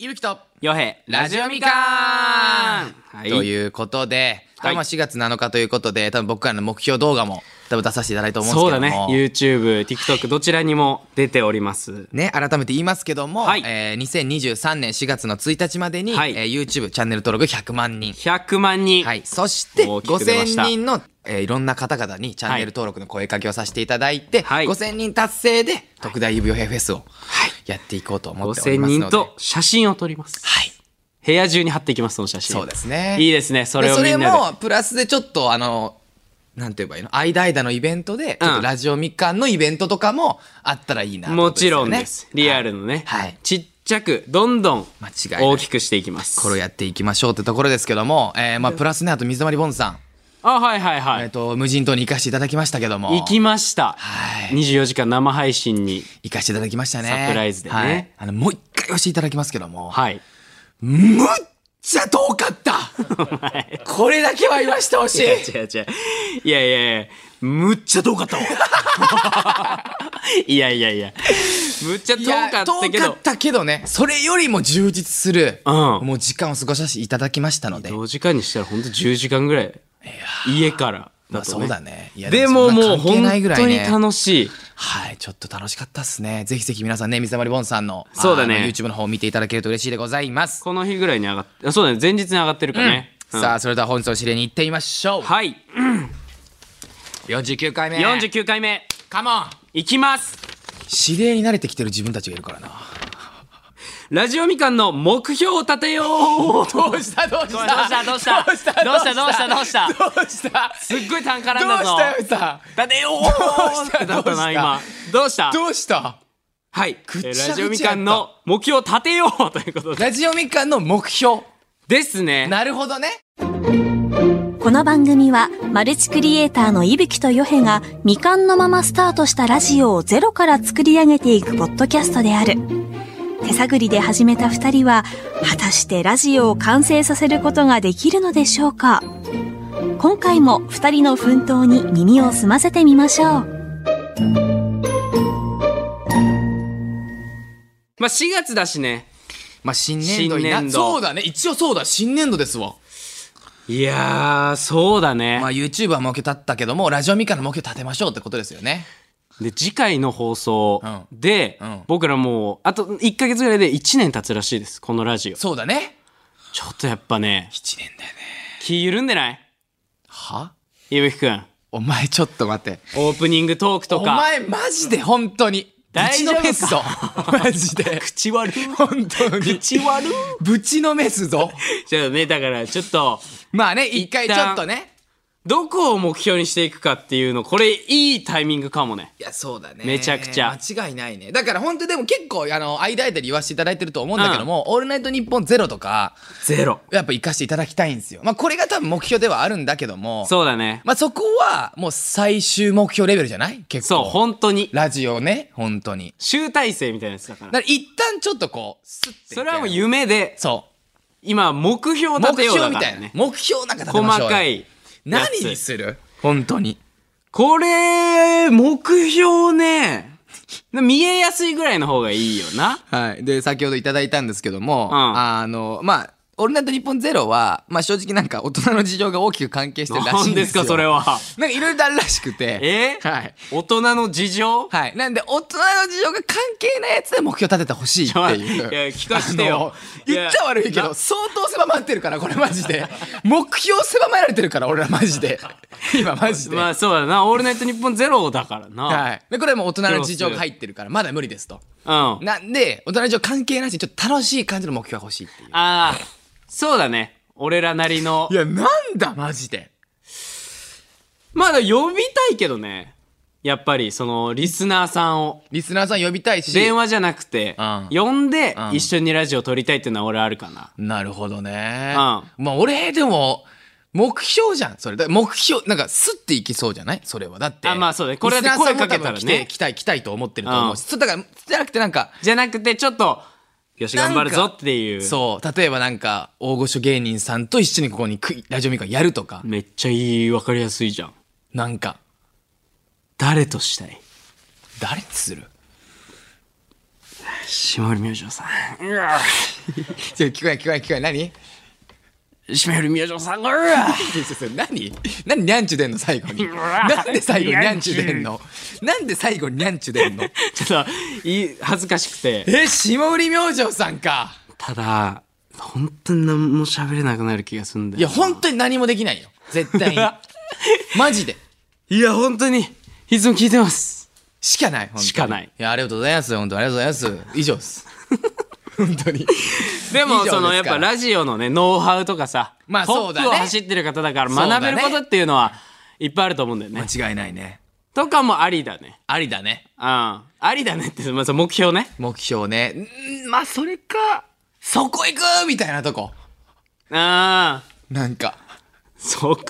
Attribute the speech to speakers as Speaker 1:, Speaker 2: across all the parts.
Speaker 1: いぶきと
Speaker 2: よへ
Speaker 1: ラジオみかん、
Speaker 2: はい
Speaker 1: ということで、
Speaker 2: はい
Speaker 1: まあ4月7日ということで多分僕からの目標動画も多分出させていただいたと思
Speaker 2: そううん
Speaker 1: で
Speaker 2: だ
Speaker 1: すけ
Speaker 2: ね
Speaker 1: ども
Speaker 2: YouTube、TikTok どちらにも出ております
Speaker 1: ね、改めて言いますけども、
Speaker 2: はい
Speaker 1: えー2023年4月の1日までに、
Speaker 2: はい
Speaker 1: えー YouTube チャンネル登録100万人、
Speaker 2: 100万人
Speaker 1: はい、そして
Speaker 2: 大きく出ました
Speaker 1: 5000人の、えーいろんな方々にチャンネル登録の声かけをさせていただいて、
Speaker 2: はい
Speaker 1: 5000人達成で特大イブヨヘフェスをやっていこうと思ってお
Speaker 2: 5000
Speaker 1: ります
Speaker 2: 人
Speaker 1: ので、
Speaker 2: と写真を撮ります
Speaker 1: はい、
Speaker 2: 部屋中に貼っていきますその写真
Speaker 1: そうですね
Speaker 2: いいですねそれ
Speaker 1: で
Speaker 2: を
Speaker 1: そ
Speaker 2: み
Speaker 1: れ
Speaker 2: んなで
Speaker 1: もプラスでちょっとあのなんて言えばいいの間間のイベントでちょっとラジオみかんのイベントとかもあったらいいなってこ
Speaker 2: も
Speaker 1: と
Speaker 2: ちろん
Speaker 1: よね
Speaker 2: ですリアルのね、
Speaker 1: はい
Speaker 2: ちっちゃくどんどん
Speaker 1: 間違いない
Speaker 2: 大きくしていきます
Speaker 1: これをやっていきましょうってところですけども、えーまあプラスねあと水溜りボンドさん、
Speaker 2: あはいはいはい、
Speaker 1: えっと無人島に行かせていただきましたけども
Speaker 2: 行きました、
Speaker 1: はい
Speaker 2: 24時間生配信に
Speaker 1: 行かせていただきましたね
Speaker 2: サプライズでね
Speaker 1: はいあのもう一回押していただきますけども、
Speaker 2: はい
Speaker 1: むっちゃ遠かった これだけは言わしてほしい
Speaker 2: 違う違う違ういやいやいやむっちゃ遠かった わいやいやいやむっちゃ遠
Speaker 1: いや
Speaker 2: かったけ
Speaker 1: 遠か
Speaker 2: ど
Speaker 1: ったけどねそれよりも充実する、
Speaker 2: うん
Speaker 1: もう時間を過ごさせていただきましたので
Speaker 2: 同時間にしたらほんと10時間ぐらい家から
Speaker 1: まあ
Speaker 2: だと、
Speaker 1: そ
Speaker 2: ね
Speaker 1: うだねいや
Speaker 2: でも
Speaker 1: そんな
Speaker 2: も
Speaker 1: 関
Speaker 2: う
Speaker 1: 係
Speaker 2: 本
Speaker 1: ないぐらい
Speaker 2: 当に
Speaker 1: ね
Speaker 2: 楽しい
Speaker 1: はいちょっと楽しかったっすねぜひぜひ皆さんね水溜りボンドさんの
Speaker 2: そうだね
Speaker 1: あの YouTube の方を見ていただけると嬉しいでございます、
Speaker 2: この日ぐらいに上がってあそうだね前日に上がってるからね、うん
Speaker 1: さあそれでは本日の指令に行ってみましょう、
Speaker 2: はい
Speaker 1: 49回目
Speaker 2: 49回目
Speaker 1: カモン
Speaker 2: いきます
Speaker 1: 指令に慣れてきてる自分たちがいるからな
Speaker 2: ラジオみかんの目標を立てよう
Speaker 1: どうしたどうし
Speaker 2: ごめんどうしたどうしたどうしたどうしたどうした
Speaker 1: どうした
Speaker 2: すっごい単価なん
Speaker 1: どう
Speaker 2: だ
Speaker 1: し
Speaker 2: ぞ
Speaker 1: たよさ
Speaker 2: 立てよ
Speaker 1: どう
Speaker 2: う
Speaker 1: し
Speaker 2: ったてなった
Speaker 1: ど
Speaker 2: な
Speaker 1: うした
Speaker 2: 今どうした
Speaker 1: んどうした
Speaker 2: はい
Speaker 1: ぐちゃぐちゃやった
Speaker 2: ラジオみかんの目標を立てようということで
Speaker 1: ラジオみかんの目標
Speaker 2: ですね
Speaker 1: なるほどね
Speaker 3: この番組はマルチクリエイターの伊吹とヨヘが未完のままスタートしたラジオをゼロから作り上げていくポッドキャストである手探りで始めた二人は果たしてラジオを完成させることができるのでしょうか今回も二人の奮闘に耳を澄ませてみましょう
Speaker 2: まあ4月だしね
Speaker 1: まあ新年度にな
Speaker 2: 新年度
Speaker 1: そうだね一応そうだ新年度ですわ
Speaker 2: いやーそうだね
Speaker 1: まあ YouTube は目標立ったけどもラジオミカの目標立てましょうってことですよね
Speaker 2: で次回の放送
Speaker 1: うん
Speaker 2: で、
Speaker 1: うん
Speaker 2: 僕らもうあと1か月ぐらいで1年経つらしいですこのラジオち
Speaker 1: そうだね
Speaker 2: ょっとやっぱね
Speaker 1: 1年だよね
Speaker 2: 気緩んでない
Speaker 1: は
Speaker 2: 伊吹くん
Speaker 1: お前ちょっと待って
Speaker 2: オープニングトークと
Speaker 1: お
Speaker 2: か
Speaker 1: 前マジで本当に
Speaker 2: 大丈夫か
Speaker 1: ぶちのめす ぞマジで
Speaker 2: 口悪い
Speaker 1: 本当に
Speaker 2: 口悪い
Speaker 1: ぶちのめすぞ
Speaker 2: じゃあねだからちょっと
Speaker 1: まあね一回ち
Speaker 2: 一
Speaker 1: ょ
Speaker 2: 旦
Speaker 1: っとね
Speaker 2: どこを目標にしていくかっていうのこれいいタイミングかもね
Speaker 1: いやそうだね
Speaker 2: めちゃくちゃ
Speaker 1: 間違いないねだから本当でも結構あの間々で言わせていただいてると思うんだけども「オールナイトニッポンゼロとか
Speaker 2: ゼロ
Speaker 1: やっぱ生かしていただきたいんですよまあこれが多分目標ではあるんだけども
Speaker 2: そうだね
Speaker 1: まあ、そこはもう最終目標レベルじゃない結
Speaker 2: そう
Speaker 1: 構
Speaker 2: 本当に
Speaker 1: ラジオね本当に
Speaker 2: 集大成みたいなやつだ
Speaker 1: だ
Speaker 2: から
Speaker 1: から一旦ちょっとこうスッて
Speaker 2: それはも
Speaker 1: う
Speaker 2: う夢で
Speaker 1: そ
Speaker 2: 今目標を
Speaker 1: う目
Speaker 2: 立てよう
Speaker 1: 標
Speaker 2: だ
Speaker 1: み
Speaker 2: か
Speaker 1: た
Speaker 2: ら
Speaker 1: いな
Speaker 2: ね
Speaker 1: 目標なんか立てましょうよ
Speaker 2: 細かいやつ
Speaker 1: 何にする本当に
Speaker 2: これ目標ね見えやすいぐらいの方がいいよな
Speaker 1: はいで先ほどいただいたんですけども、
Speaker 2: うん
Speaker 1: あのまあ「オールナイトニッポンゼロは、まあ、正直なんか大人の事情が大きく関係してるらしい
Speaker 2: 何
Speaker 1: んで
Speaker 2: ですす
Speaker 1: よ
Speaker 2: かそれは
Speaker 1: なんかいろいろあるらしくて
Speaker 2: え
Speaker 1: はい
Speaker 2: 大人の事情
Speaker 1: はい。なんで、大人の事情が関係ないやつで目標立ててほしいっていう。
Speaker 2: いや聞かしてよ
Speaker 1: あの言っちゃ悪いけ
Speaker 2: いや
Speaker 1: ど、
Speaker 2: な
Speaker 1: 相当狭まってるから、これマジで。目標狭められてるから、俺らマジ で。今マジで。
Speaker 2: まあそうだな「オールナイトニッポンゼロだからな、
Speaker 1: はい。で、これも大人の事情が入ってるから、まだ無理ですと。
Speaker 2: うん
Speaker 1: なんで、大人の事情関係なしに、ちょっと楽しい感じの目標が欲しいっていう。
Speaker 2: ああそうだね俺らなりの
Speaker 1: いや、なんだ、マジで。
Speaker 2: まだ呼びたいけどねやっぱりそのリスナーさんを
Speaker 1: リスナーさん呼びたいし。
Speaker 2: 電話じゃなくて、
Speaker 1: うん
Speaker 2: 呼んで
Speaker 1: うん
Speaker 2: 一緒にラジオ撮りたいっていうのは俺あるかな、
Speaker 1: なるほどね。まあ、俺、でも、目標じゃん、それ。だ目標、なんか、すっていきそうじゃないそれは。だって。
Speaker 2: あまあそうねこれだって
Speaker 1: リスナーさんも
Speaker 2: 声かけたらね
Speaker 1: 多分来て来たい、来たいと思ってると思うし。
Speaker 2: う
Speaker 1: そうだから、じゃなくてなんか、
Speaker 2: じゃなくてちょっとよし頑張るぞっていう
Speaker 1: そう、例えばなんか、大御所芸人さんと一緒にここにくラジオミカンやるとか、
Speaker 2: めっちゃいい分かりやすいじゃん
Speaker 1: なんか、
Speaker 2: 誰としたい
Speaker 1: 誰とする
Speaker 2: 霜降り明星さん。うわ
Speaker 1: ちょ聞こえない聞こえない聞こえない何
Speaker 2: 霜降り明星さんが、うわ
Speaker 1: いやそれ何何にゃんちゅでんの最後に
Speaker 2: うわ
Speaker 1: なんで最後ににゃんちゅでんのなんで最後ににゃんちゅでんの
Speaker 2: ちょっと、いい、恥ずかしくて。
Speaker 1: え霜降り明星さんか
Speaker 2: ただ、本当に何も喋れなくなる気がするんだ
Speaker 1: いや
Speaker 2: よ。
Speaker 1: 本当に何もできないよ絶対にマジで
Speaker 2: いや、本当に、いつも聞いてます。
Speaker 1: しかない本当に
Speaker 2: しかない
Speaker 1: いやありがとうございます本当ありがとうございます以上です 本当に
Speaker 2: で
Speaker 1: 以上
Speaker 2: も、
Speaker 1: です
Speaker 2: その、やっ
Speaker 1: か
Speaker 2: ぱ
Speaker 1: ら
Speaker 2: ラジオのね、ノウハウとかさ、
Speaker 1: まあそうだね
Speaker 2: トップを走ってる方だから
Speaker 1: そうだ
Speaker 2: 学
Speaker 1: ね
Speaker 2: べることっていうのは、いっぱいあると思うんだよね。
Speaker 1: 間違いないね
Speaker 2: とかもありだね。
Speaker 1: ありだね
Speaker 2: うん。ありだねって、まず目標ね。
Speaker 1: 目標ねんまあそれかそこ行くみたいなとこ
Speaker 2: ああ、
Speaker 1: なんか
Speaker 2: そこ、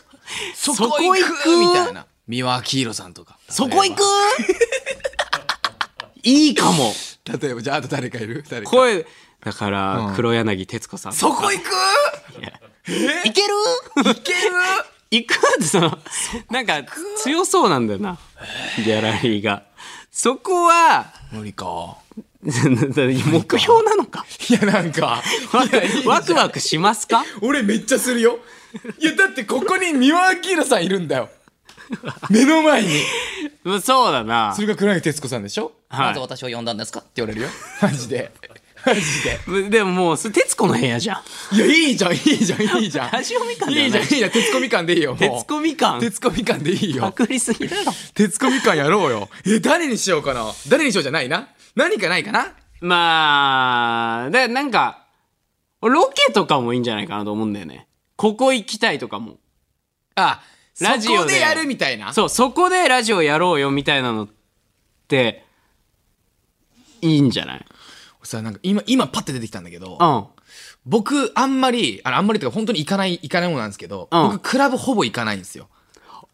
Speaker 1: そ
Speaker 2: そ
Speaker 1: こ
Speaker 2: こ
Speaker 1: 行
Speaker 2: 行
Speaker 1: く
Speaker 2: く
Speaker 1: みたいな三輪明宏さんとか
Speaker 2: そこ行く
Speaker 1: 例
Speaker 2: いいかも。
Speaker 1: えば例えばじゃああと誰かいる誰か
Speaker 2: 声、だから、黒柳徹子さん。
Speaker 1: そこ行く
Speaker 2: いける
Speaker 1: いける
Speaker 2: 行くってその、なんか強そうなんだよな、ギャラリーが。そこは、
Speaker 1: 無理か
Speaker 2: 目標なのか。
Speaker 1: いやなんか
Speaker 2: ワ
Speaker 1: いやいいじゃん
Speaker 2: クワクワクしますか
Speaker 1: 俺めっちゃするよいやだってここに三輪明宏さんいるんだよ目の前に
Speaker 2: うんそうだな
Speaker 1: そ。れが黒柳徹子さんでしょ、
Speaker 2: はい
Speaker 1: なぜ私を呼んだんですかって言われるよマジでマジで
Speaker 2: でももう、それ徹子の部屋じゃん。
Speaker 1: いやいいじゃんいいじゃんいいじゃん
Speaker 2: ラジオみかん
Speaker 1: いいじゃんいいじゃん徹子みかんでいいよもう
Speaker 2: 徹子みかん。
Speaker 1: 徹子みかんでいいよ
Speaker 2: パクリすぎだろ。
Speaker 1: 徹子みかんやろうよえ誰にしようかな誰にしようじゃないな何かないかな
Speaker 2: まあ、で、なんか、ロケとかもいいんじゃないかなと思うんだよね。ここ行きたいとかも。
Speaker 1: あ
Speaker 2: ラジオで
Speaker 1: そこでやるみたいな
Speaker 2: そう、そこでラジオやろうよみたいなのって、いいんじゃない
Speaker 1: さなんか今今パッて出てきたんだけど
Speaker 2: うん。
Speaker 1: 僕あんまりあのあんまりというか本当に行かない行かないものなんですけど、
Speaker 2: うん
Speaker 1: 僕クラブほぼ行かないんですよ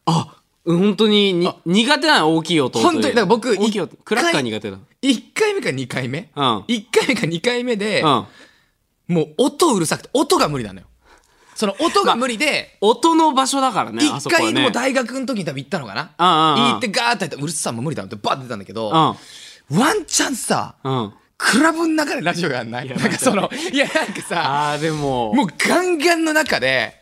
Speaker 2: あ、本当にに苦手なの大きい音という。
Speaker 1: 本当にだから僕
Speaker 2: 大きい音
Speaker 1: 一回
Speaker 2: クラッカー苦手だ。う
Speaker 1: 1回目か2回目、
Speaker 2: ん
Speaker 1: 一1回目か2回目で、
Speaker 2: ん。
Speaker 1: もう音うるさくて音が無理なのよその音が無理で、
Speaker 2: 音の場所だからね。あ
Speaker 1: 一
Speaker 2: そこは
Speaker 1: 回
Speaker 2: ね
Speaker 1: もう大学の時に多分行ったのかな、
Speaker 2: うんうんうん
Speaker 1: 行ってガーッてやってうるさもう無理だなってバッて出たんだけど、
Speaker 2: う
Speaker 1: ワンチャンさ
Speaker 2: ん。うん。
Speaker 1: クラブの中でラジオやんないなんかそのいやなんかさ
Speaker 2: ああ、でも、
Speaker 1: もうガンガンの中で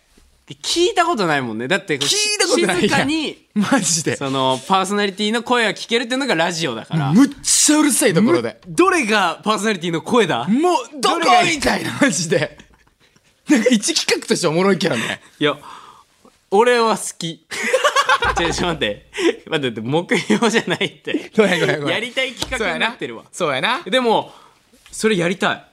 Speaker 2: 聞いたことないもんね。だって、聞
Speaker 1: 聞いたことないやん
Speaker 2: 静かに、
Speaker 1: マジで
Speaker 2: その、パーソナリティの声が聞けるっていうのがラジオだから。
Speaker 1: むっちゃうるさいところで
Speaker 2: どれがパーソナリティの声だ
Speaker 1: もうどこ
Speaker 2: どれがいい
Speaker 1: みたいなマジでなんか一企画としておもろいけどね
Speaker 2: いや、俺は好き。 ちょ、ちょ、待って。待って、目標じゃないって。
Speaker 1: ごめんごめんごめん
Speaker 2: やりたい企画になってるわ。
Speaker 1: そうやな
Speaker 2: でも、それやりた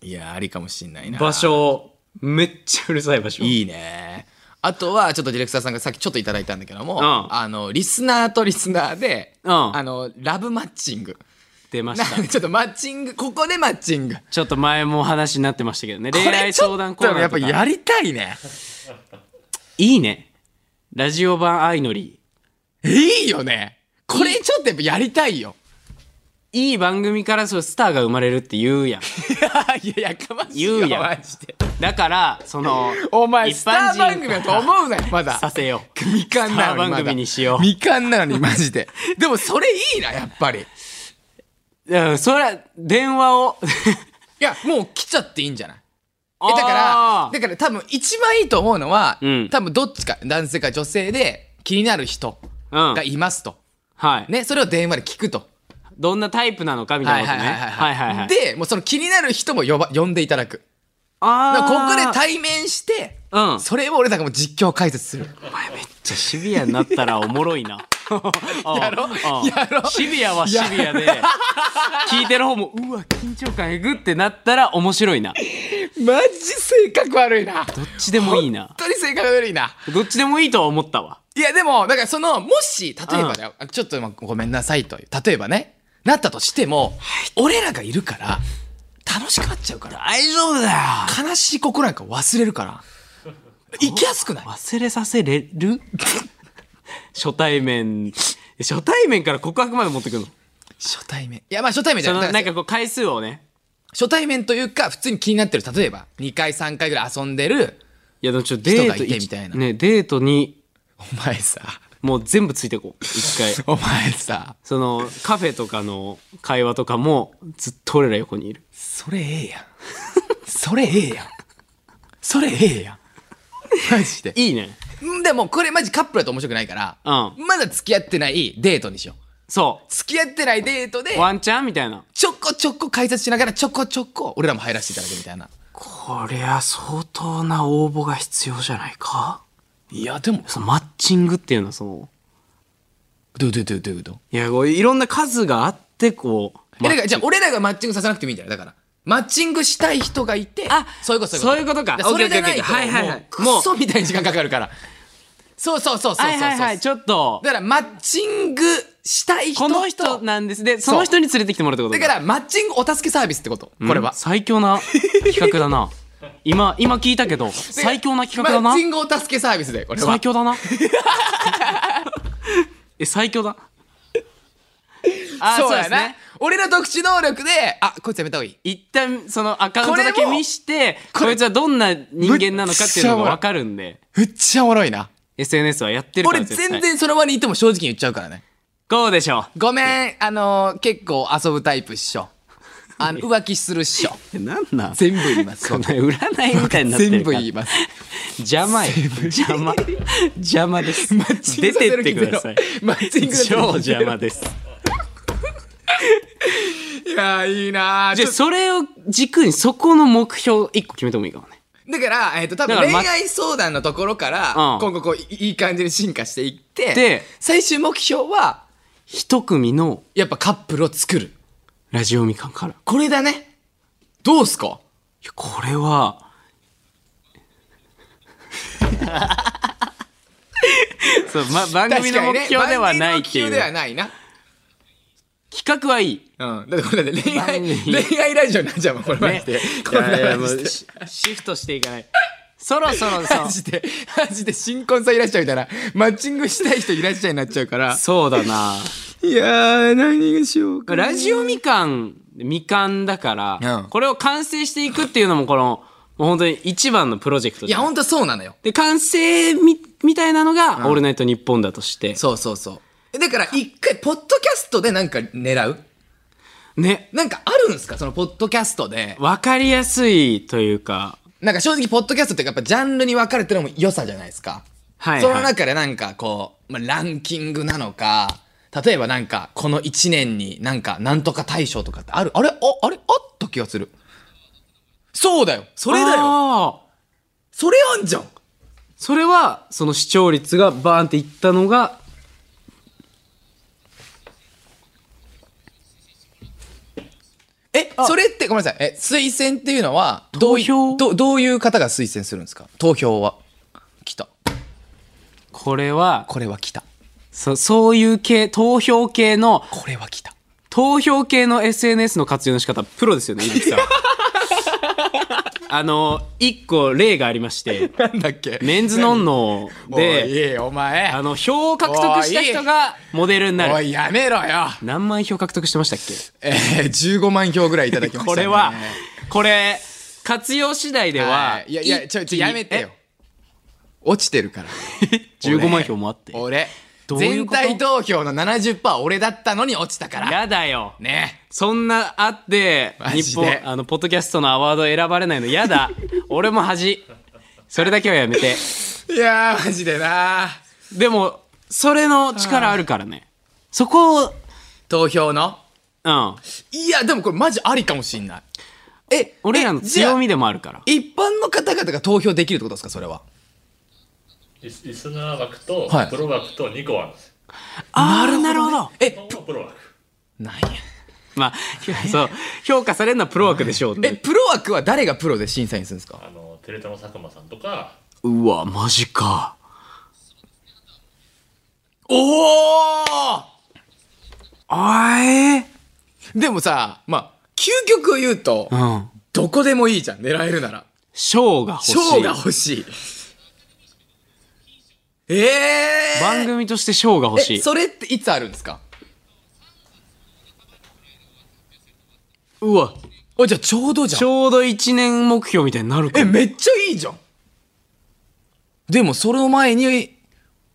Speaker 1: いやありかもしんない
Speaker 2: い。
Speaker 1: な
Speaker 2: 場所、めっちゃうるさい場所。
Speaker 1: いいねあとはちょっとディレクターさんがさっきちょっといただいたんだけども、
Speaker 2: ん
Speaker 1: あのリスナーとリスナーで、
Speaker 2: うん
Speaker 1: あのラブマッチング
Speaker 2: 出まし
Speaker 1: なん
Speaker 2: た。
Speaker 1: でちょっとマッチングここでマッチング
Speaker 2: ちょっと前も話になってましたけどね。恋愛相談コーナーと
Speaker 1: やっ
Speaker 2: か
Speaker 1: ぱやりたいね
Speaker 2: いいね。ラジオ版愛のり。
Speaker 1: いいよねこれちょっとやっぱやりたいよ
Speaker 2: いい番組からそうスターが生まれるって言うやん。
Speaker 1: いややかましい
Speaker 2: 言
Speaker 1: よ
Speaker 2: うやん
Speaker 1: マジで
Speaker 2: だから、その、
Speaker 1: お前
Speaker 2: 一
Speaker 1: スタ
Speaker 2: 般人
Speaker 1: ー番組だと思うなよまだ
Speaker 2: させよう。
Speaker 1: みかんなのにまだ
Speaker 2: スター番組にしよう
Speaker 1: みかんなのにマジででもそれいいなやっぱりい
Speaker 2: いやそれは電話を
Speaker 1: やもう来ちゃっていいんじゃない
Speaker 2: え
Speaker 1: えだからだから多分一番いいと思うのは、
Speaker 2: うん
Speaker 1: 多分どっちか男性か女性で気になる人
Speaker 2: うん
Speaker 1: がいますと、
Speaker 2: はい、
Speaker 1: ねそれを電話で聞くと
Speaker 2: どんなタイプなのかみたいなことねはいはいはい
Speaker 1: でもうその気になる人も呼ば呼んでいただくだ
Speaker 2: あ
Speaker 1: か
Speaker 2: あ
Speaker 1: らここで対面して、
Speaker 2: うん
Speaker 1: それを俺なんかもう実況解説する
Speaker 2: じゃあシビアになったらおもろ いな
Speaker 1: やろ
Speaker 2: うん
Speaker 1: やろ
Speaker 2: シビアはシビアで聞いてる方もうわ緊張感えぐってなったら面白いな
Speaker 1: マジ性格悪いな
Speaker 2: どっちでもいいな
Speaker 1: 本当に性格悪いな
Speaker 2: どっちでもいいとは思ったわ
Speaker 1: いやでもだからそのもし例えばだよ、あちょっとまあごめんなさいと例えばねなったとしても、俺らがいるから楽しくなっちゃうから
Speaker 2: 大丈夫だよ
Speaker 1: 悲しい心なんか忘れるから行きやすくない
Speaker 2: 忘れさせれる初対面初対面から告白まで持ってくるの
Speaker 1: 初対面いやまあ初対面じゃ
Speaker 2: その
Speaker 1: ない
Speaker 2: なんかこう回数をね
Speaker 1: 初対面というか普通に気になってる例えば2回3回ぐらい遊んでる
Speaker 2: いやでもちょっとデー
Speaker 1: 人が
Speaker 2: ト
Speaker 1: いてみたいな
Speaker 2: ねデートに
Speaker 1: お前さ
Speaker 2: もう全部ついてこう一回
Speaker 1: お前さ
Speaker 2: そのカフェとかの会話とかもずっと俺ら横にいる
Speaker 1: それええやんそれええやんそれええやんマジで
Speaker 2: いいね
Speaker 1: んでもこれマジカップルだと面白くないから、
Speaker 2: う
Speaker 1: まだ付き合ってないデートにしよう
Speaker 2: そ
Speaker 1: 付き合ってないデートで
Speaker 2: うワンチャンみたいな
Speaker 1: ちょこちょこ解説しながらちょこちょこ俺らも入らせていただくみたいな
Speaker 2: こりゃ相当な応募が必要じゃないか
Speaker 1: いやでも
Speaker 2: そのマッチングっていうのはその
Speaker 1: どうどうどうどうどう
Speaker 2: いやこういろんな数があってこう
Speaker 1: えだからじゃあ俺らがマッチングさせなくてもいいんじゃないだからマッチングしたい人がいて
Speaker 2: あ
Speaker 1: そういうこと
Speaker 2: そういうこと
Speaker 1: だ
Speaker 2: か
Speaker 1: らそれじゃないと
Speaker 2: オッケーオッケーオッケーはいはいはい
Speaker 1: もう
Speaker 2: も
Speaker 1: ク
Speaker 2: う
Speaker 1: ソみたいに時間かかるからそうそうそうそうそうそう
Speaker 2: はいはいはいちょっと
Speaker 1: だからマッチングしたい人
Speaker 2: ことの人なんですでその人に連れてきてもらうってこと
Speaker 1: だからマッチングお助けサービスってことこれ
Speaker 2: う
Speaker 1: は
Speaker 2: ん最強な企画 だな今今聞いたけど最強な企画だ
Speaker 1: マ
Speaker 2: な
Speaker 1: ッチングお助けサービスでこれは
Speaker 2: 最強 だなえ最強だあ
Speaker 1: そうや
Speaker 2: です
Speaker 1: な、
Speaker 2: ね
Speaker 1: 俺の特殊能力であこいつやめた方がいい
Speaker 2: 一旦そのアカウントだ
Speaker 1: これ
Speaker 2: け
Speaker 1: も
Speaker 2: 見して
Speaker 1: これ
Speaker 2: こいつはどんな人間なのかっていうのが分かるんで
Speaker 1: めっちゃおもろいな
Speaker 2: SNS はやってるから
Speaker 1: 俺
Speaker 2: 絶対
Speaker 1: 全然その場にいても正直に言っちゃうからね
Speaker 2: こうでしょ
Speaker 1: ごめんあのー結構遊ぶタイプっしょあ の浮気するっしょ
Speaker 2: うなんなん
Speaker 1: 全部言います
Speaker 2: そんな占いみたいになってる
Speaker 1: 全部
Speaker 2: から
Speaker 1: 言います
Speaker 2: 邪魔や邪魔邪魔です出てってください
Speaker 1: マッチングさせる気ゼ
Speaker 2: 超
Speaker 1: ロマッチン
Speaker 2: 邪
Speaker 1: グ
Speaker 2: 魔 です
Speaker 1: いやーいいなー
Speaker 2: じ
Speaker 1: ち
Speaker 2: ゃ
Speaker 1: ょ
Speaker 2: あ
Speaker 1: っ
Speaker 2: それを軸にそこの目標一個決めてもいいかもね
Speaker 1: とだから、えっと多分
Speaker 2: だから
Speaker 1: 恋
Speaker 2: ま
Speaker 1: 愛相談のところから、
Speaker 2: うん
Speaker 1: 今後こういいい感じに進化していって
Speaker 2: で
Speaker 1: 最終目標は
Speaker 2: 一組の
Speaker 1: やっぱカップルを作る
Speaker 2: ラジオみかんからい
Speaker 1: これだねどうすか
Speaker 2: やこ れはそう、ま、番組の目標ではないってい
Speaker 1: 番組の目標
Speaker 2: う、
Speaker 1: ではないな
Speaker 2: 企画はいい
Speaker 1: うん、だってこれだって恋愛
Speaker 2: 番組
Speaker 1: 恋愛ラジオになっちゃうもんこれマジで、こんなマジで
Speaker 2: シシフトしていかないそろそろそ
Speaker 1: マ
Speaker 2: う
Speaker 1: ジでマジで新婚さんいらっしゃいみたいなマッチングしたい人いらっしゃいになっちゃうから
Speaker 2: そうだな い
Speaker 1: やー何がしようか
Speaker 2: ラジオみかん、みかんだから、
Speaker 1: うん
Speaker 2: これを完成していくっていうのもこの、もう本当に一番のプロジェクト
Speaker 1: い
Speaker 2: じ
Speaker 1: や
Speaker 2: ゃん
Speaker 1: ほんとそうなのよ
Speaker 2: で、完成み、みたいなのが、オールナイトニッポンだとして。
Speaker 1: そうそうそうだから一回ポッドキャストでなんか狙う
Speaker 2: ね。
Speaker 1: なんかあるんですかそのポッドキャストで
Speaker 2: わかりやすいというか、
Speaker 1: なんか正直ポッドキャストってやっぱジャンルに分かれてるのも良さじゃないですか
Speaker 2: はい、
Speaker 1: その
Speaker 2: はい。
Speaker 1: 中でなんかこう、まあ、ランキングなのか、例えばなんか、この1年になんか、なんとか大賞とかってあるあれあ、あれあった気がする。そうだよそれだよ
Speaker 2: よ
Speaker 1: それあんじゃん
Speaker 2: それは、その視聴率がバーンっていったのが、
Speaker 1: え、それって、ごめんなさい。え、推薦っていうのは、どうい
Speaker 2: 投票
Speaker 1: どどういう方が推薦するんですか投票は。来た。
Speaker 2: これは、
Speaker 1: これは来た。
Speaker 2: そそういう系、投票系の、
Speaker 1: これは来た。
Speaker 2: 投票系の SNS の活用の仕方プロですよね伊吹さん あの一個例がありまして
Speaker 1: なんだっけ
Speaker 2: メンズノンノ
Speaker 1: で、おい
Speaker 2: で
Speaker 1: いい、お前。
Speaker 2: あの票を獲得した人がモデルにな
Speaker 1: お
Speaker 2: る
Speaker 1: い、やめろよ。
Speaker 2: 何万票獲得してましたっ
Speaker 1: えー、15万票ぐらいいただき
Speaker 2: け
Speaker 1: ました、ね。
Speaker 2: これはこれ活用次第では
Speaker 1: はいいやいやちょちょ
Speaker 2: 一気に
Speaker 1: やめてよ落ちてるから
Speaker 2: え15万票もあって
Speaker 1: 俺
Speaker 2: どういう
Speaker 1: 全
Speaker 2: こと
Speaker 1: 体投票の70%俺だったのに落ちたから
Speaker 2: やだよ
Speaker 1: ね
Speaker 2: そんなあって
Speaker 1: マジで
Speaker 2: 日本あのポッドキャストのアワード選ばれないのや だ俺も恥それだけはやめて
Speaker 1: いやーマジでな
Speaker 2: でもそれの力あるからねそこを
Speaker 1: 投票の
Speaker 2: うん
Speaker 1: いやでもこれマジありかもしんないえ
Speaker 2: 俺らの強み
Speaker 1: で
Speaker 2: でもあるから
Speaker 1: 一般の方々が投票できるってことですかそれは
Speaker 4: リスリスナー枠と
Speaker 1: はい
Speaker 4: プロ枠と2個あるんですよ。
Speaker 2: ああなるほど
Speaker 1: え
Speaker 4: 日本のプロ枠。
Speaker 1: なんや
Speaker 2: まあそう評価されるのはプロ枠でしょう
Speaker 1: え
Speaker 2: ね
Speaker 1: プロ枠は誰がプロで審査員するんですか
Speaker 4: あの、テレタの佐久間さんとか、
Speaker 2: うわマジか
Speaker 1: おお
Speaker 2: あえ
Speaker 1: でもさまあ究極を言うと
Speaker 2: うん
Speaker 1: どこでもいいじゃん狙えるなら
Speaker 2: 賞が欲しい
Speaker 1: 賞が欲しい。ええー、
Speaker 2: 番組として賞が欲し
Speaker 1: え
Speaker 2: い
Speaker 1: それっていつあるんですか
Speaker 2: うわ
Speaker 1: あ、じゃあちょうどじ
Speaker 2: ちょうど1年目標みたいになるか
Speaker 1: え、
Speaker 2: も
Speaker 1: めっちゃいいじゃん。でもその前に、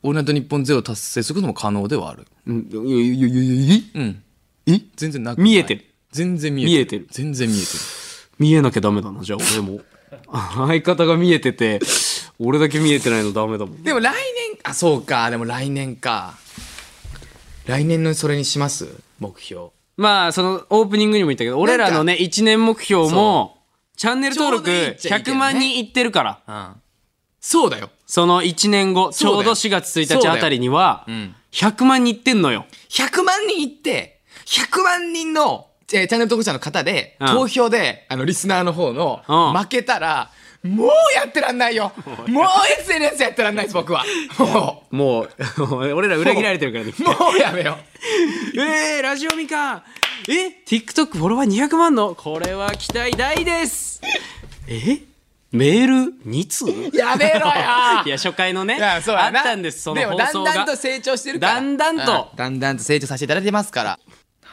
Speaker 1: オールナイトニッポンゼロを達成することも可能ではある。
Speaker 2: うんいやいやいやいやいや
Speaker 1: うん。
Speaker 2: え
Speaker 1: 全然なくない
Speaker 2: 見えてる。
Speaker 1: 全然見えてる。
Speaker 2: 見えてる
Speaker 1: 全然見え てる。
Speaker 2: 見えなきゃダメだなじゃあ俺 も相方が見えてて俺だけ見えてないのダメだもん
Speaker 1: でも来年、あ、そうか。でも来年か。来年のそれにします目標。
Speaker 2: まあそのオープニングにも言ったけど俺らのね1年目標もチャンネル登録
Speaker 1: ちょうどいいっちゃいいけど
Speaker 2: 100
Speaker 1: ね
Speaker 2: 万人いってるから
Speaker 1: うん。そうだよ。
Speaker 2: その1年後ち
Speaker 1: そうだ
Speaker 2: ょ
Speaker 1: よ
Speaker 2: うど4月
Speaker 1: そ
Speaker 2: 1
Speaker 1: うだ
Speaker 2: 日
Speaker 1: よ
Speaker 2: あたりには
Speaker 1: ん
Speaker 2: 100万人いってんのよ
Speaker 1: 100万人いって、100万人の、えーチャンネル登録者の方で、
Speaker 2: うん
Speaker 1: 投票で、あの、リスナーの方の、
Speaker 2: うん
Speaker 1: 負けたら、もうやってらん ないよもう SNS やってらんないです、僕は。も
Speaker 2: もう 俺ら裏切られてるからね
Speaker 1: う、もうやめよ
Speaker 2: えー、ラジオみかんえ TikTok フォロワー200万のこれは期待大ですえメール2通
Speaker 1: うやめろよ
Speaker 2: いや初回のね
Speaker 1: いやそうやな
Speaker 2: あったんですその
Speaker 1: でも
Speaker 2: 放
Speaker 1: だん
Speaker 2: 送
Speaker 1: だ
Speaker 2: が
Speaker 1: んと成長してるから
Speaker 2: だんだんと
Speaker 1: うだんだんと成長させていただいてますから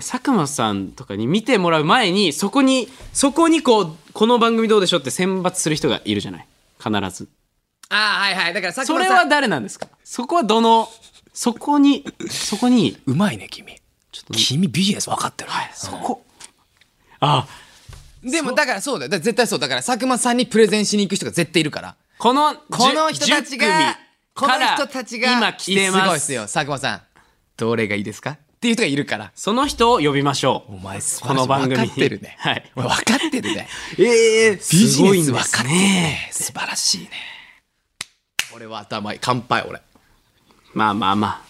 Speaker 2: 佐久間さんとかに見てもらう前にそこにそこにこうこの番組どうでしょうって選抜する人がいるじゃない必ず
Speaker 1: ああはいはいだからさっき
Speaker 2: それは誰なんですかそこはどのそこにそこに
Speaker 1: うまいね君君ビジネス分かってる、
Speaker 2: そこあ
Speaker 1: でもだからそうだよだから絶対そうだから佐久間さんにプレゼンしに行く人が絶対いるから
Speaker 2: この
Speaker 1: この人たち
Speaker 2: 10組
Speaker 1: がこの
Speaker 2: から
Speaker 1: 人たちが
Speaker 2: 今来て
Speaker 1: すごい
Speaker 2: ま
Speaker 1: ですすよ佐久間さんどれがいいですかっていう人がいるから
Speaker 2: その人を呼びましょう
Speaker 1: お前素晴ら
Speaker 2: こ
Speaker 1: し
Speaker 2: の
Speaker 1: い
Speaker 2: 番組
Speaker 1: 分かってるね、
Speaker 2: はい
Speaker 1: お前分かってる ね
Speaker 2: ええ
Speaker 1: ビ
Speaker 2: す
Speaker 1: ジ
Speaker 2: ご
Speaker 1: ネ
Speaker 2: いん
Speaker 1: ス
Speaker 2: で
Speaker 1: 分かっ
Speaker 2: す
Speaker 1: てるね
Speaker 2: ね
Speaker 1: 素晴らしいね俺は頭いい乾杯俺
Speaker 2: まあまあま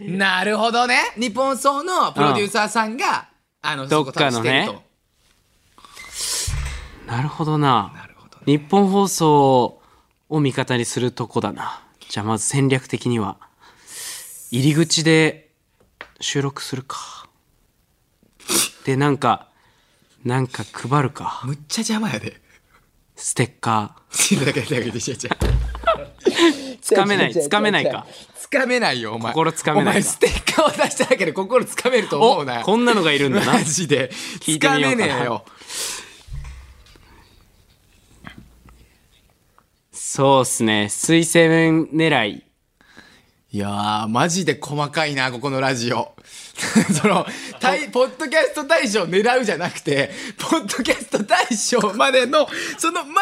Speaker 1: なるほどね日本層のプロデューサーさんが、あの
Speaker 2: どっかのね
Speaker 1: そこ
Speaker 2: あなるほど
Speaker 1: 多
Speaker 2: な
Speaker 1: 分してるとなるほどね
Speaker 2: 日本放送を味方にするとこだなじゃあまず戦略的には入り口で収録するかでなんかなんか配るか
Speaker 1: むっちゃ邪魔やで
Speaker 2: ステッカー
Speaker 1: ちょっとだけだけ でしちゃ
Speaker 2: つかめないつかめないか
Speaker 1: つかめないよお前
Speaker 2: 心つかめないか
Speaker 1: お前ステッカーを出しただけで心つかめると思
Speaker 2: お
Speaker 1: うなよ
Speaker 2: こんなのがいるんだな
Speaker 1: マジで
Speaker 2: 聞い
Speaker 1: つ
Speaker 2: て
Speaker 1: か
Speaker 2: みよう
Speaker 1: め
Speaker 2: かな
Speaker 1: ねえよ
Speaker 2: そうっすね推薦狙い
Speaker 1: いやーマジで細かいなここのラジオ そのたいポッドキャスト大賞狙うじゃなくてポッドキャスト大賞までのその前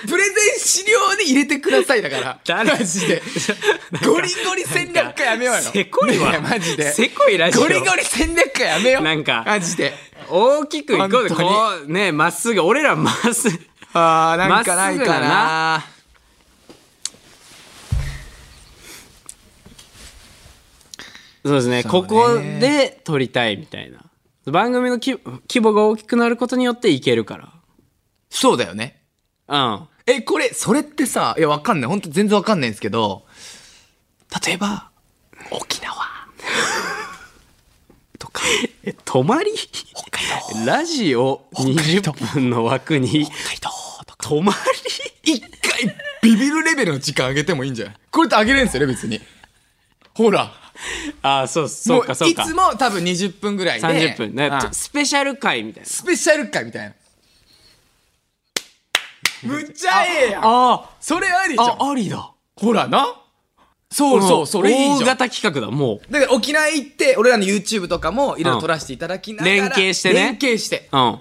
Speaker 1: のプレゼン資料に入れてくださいだから
Speaker 2: 誰
Speaker 1: マジでゴリゴリ戦略家やめようよ
Speaker 2: せこいわ
Speaker 1: ねえマジで
Speaker 2: せこいラジオ
Speaker 1: ゴリゴリ戦略家やめよう
Speaker 2: なんか
Speaker 1: マジで
Speaker 2: 大きくいこうで
Speaker 1: 本
Speaker 2: こ
Speaker 1: 当に
Speaker 2: うねまっすぐ俺らまっすぐ
Speaker 1: あーなんかないかな
Speaker 2: まそうですね
Speaker 1: そうね
Speaker 2: ここで撮りたいみたいな番組のき規模が大きくなることによっていけるか
Speaker 1: そうだよね
Speaker 2: らうん
Speaker 1: えこれそれってさいやわかんない本当全然わかんないんですけど例えば沖 縄とか
Speaker 2: え泊まり
Speaker 1: 北海道
Speaker 2: ラジオ20分の枠に
Speaker 1: 北海道とか
Speaker 2: 泊まり
Speaker 1: 一回ビビるレベルの時間上げてもいいんじゃないこれって上げれるんですよね別にほら
Speaker 2: ああそうそ
Speaker 1: も
Speaker 2: うかそう
Speaker 1: い
Speaker 2: か
Speaker 1: つも多分20分ぐらいで
Speaker 2: 30分ね
Speaker 1: うん
Speaker 2: スペシャル回みたいな
Speaker 1: スペシャル回みたいなむっちゃええやん
Speaker 2: あ
Speaker 1: それありじゃん
Speaker 2: あありだ
Speaker 1: ほらなそうそう、それいいじ
Speaker 2: 大
Speaker 1: ゃん
Speaker 2: 型企画だもう
Speaker 1: だから沖縄行って俺らの YouTube とかもいろいろ撮らせていただきながら、
Speaker 2: うん連携してね
Speaker 1: 連携して
Speaker 2: うん。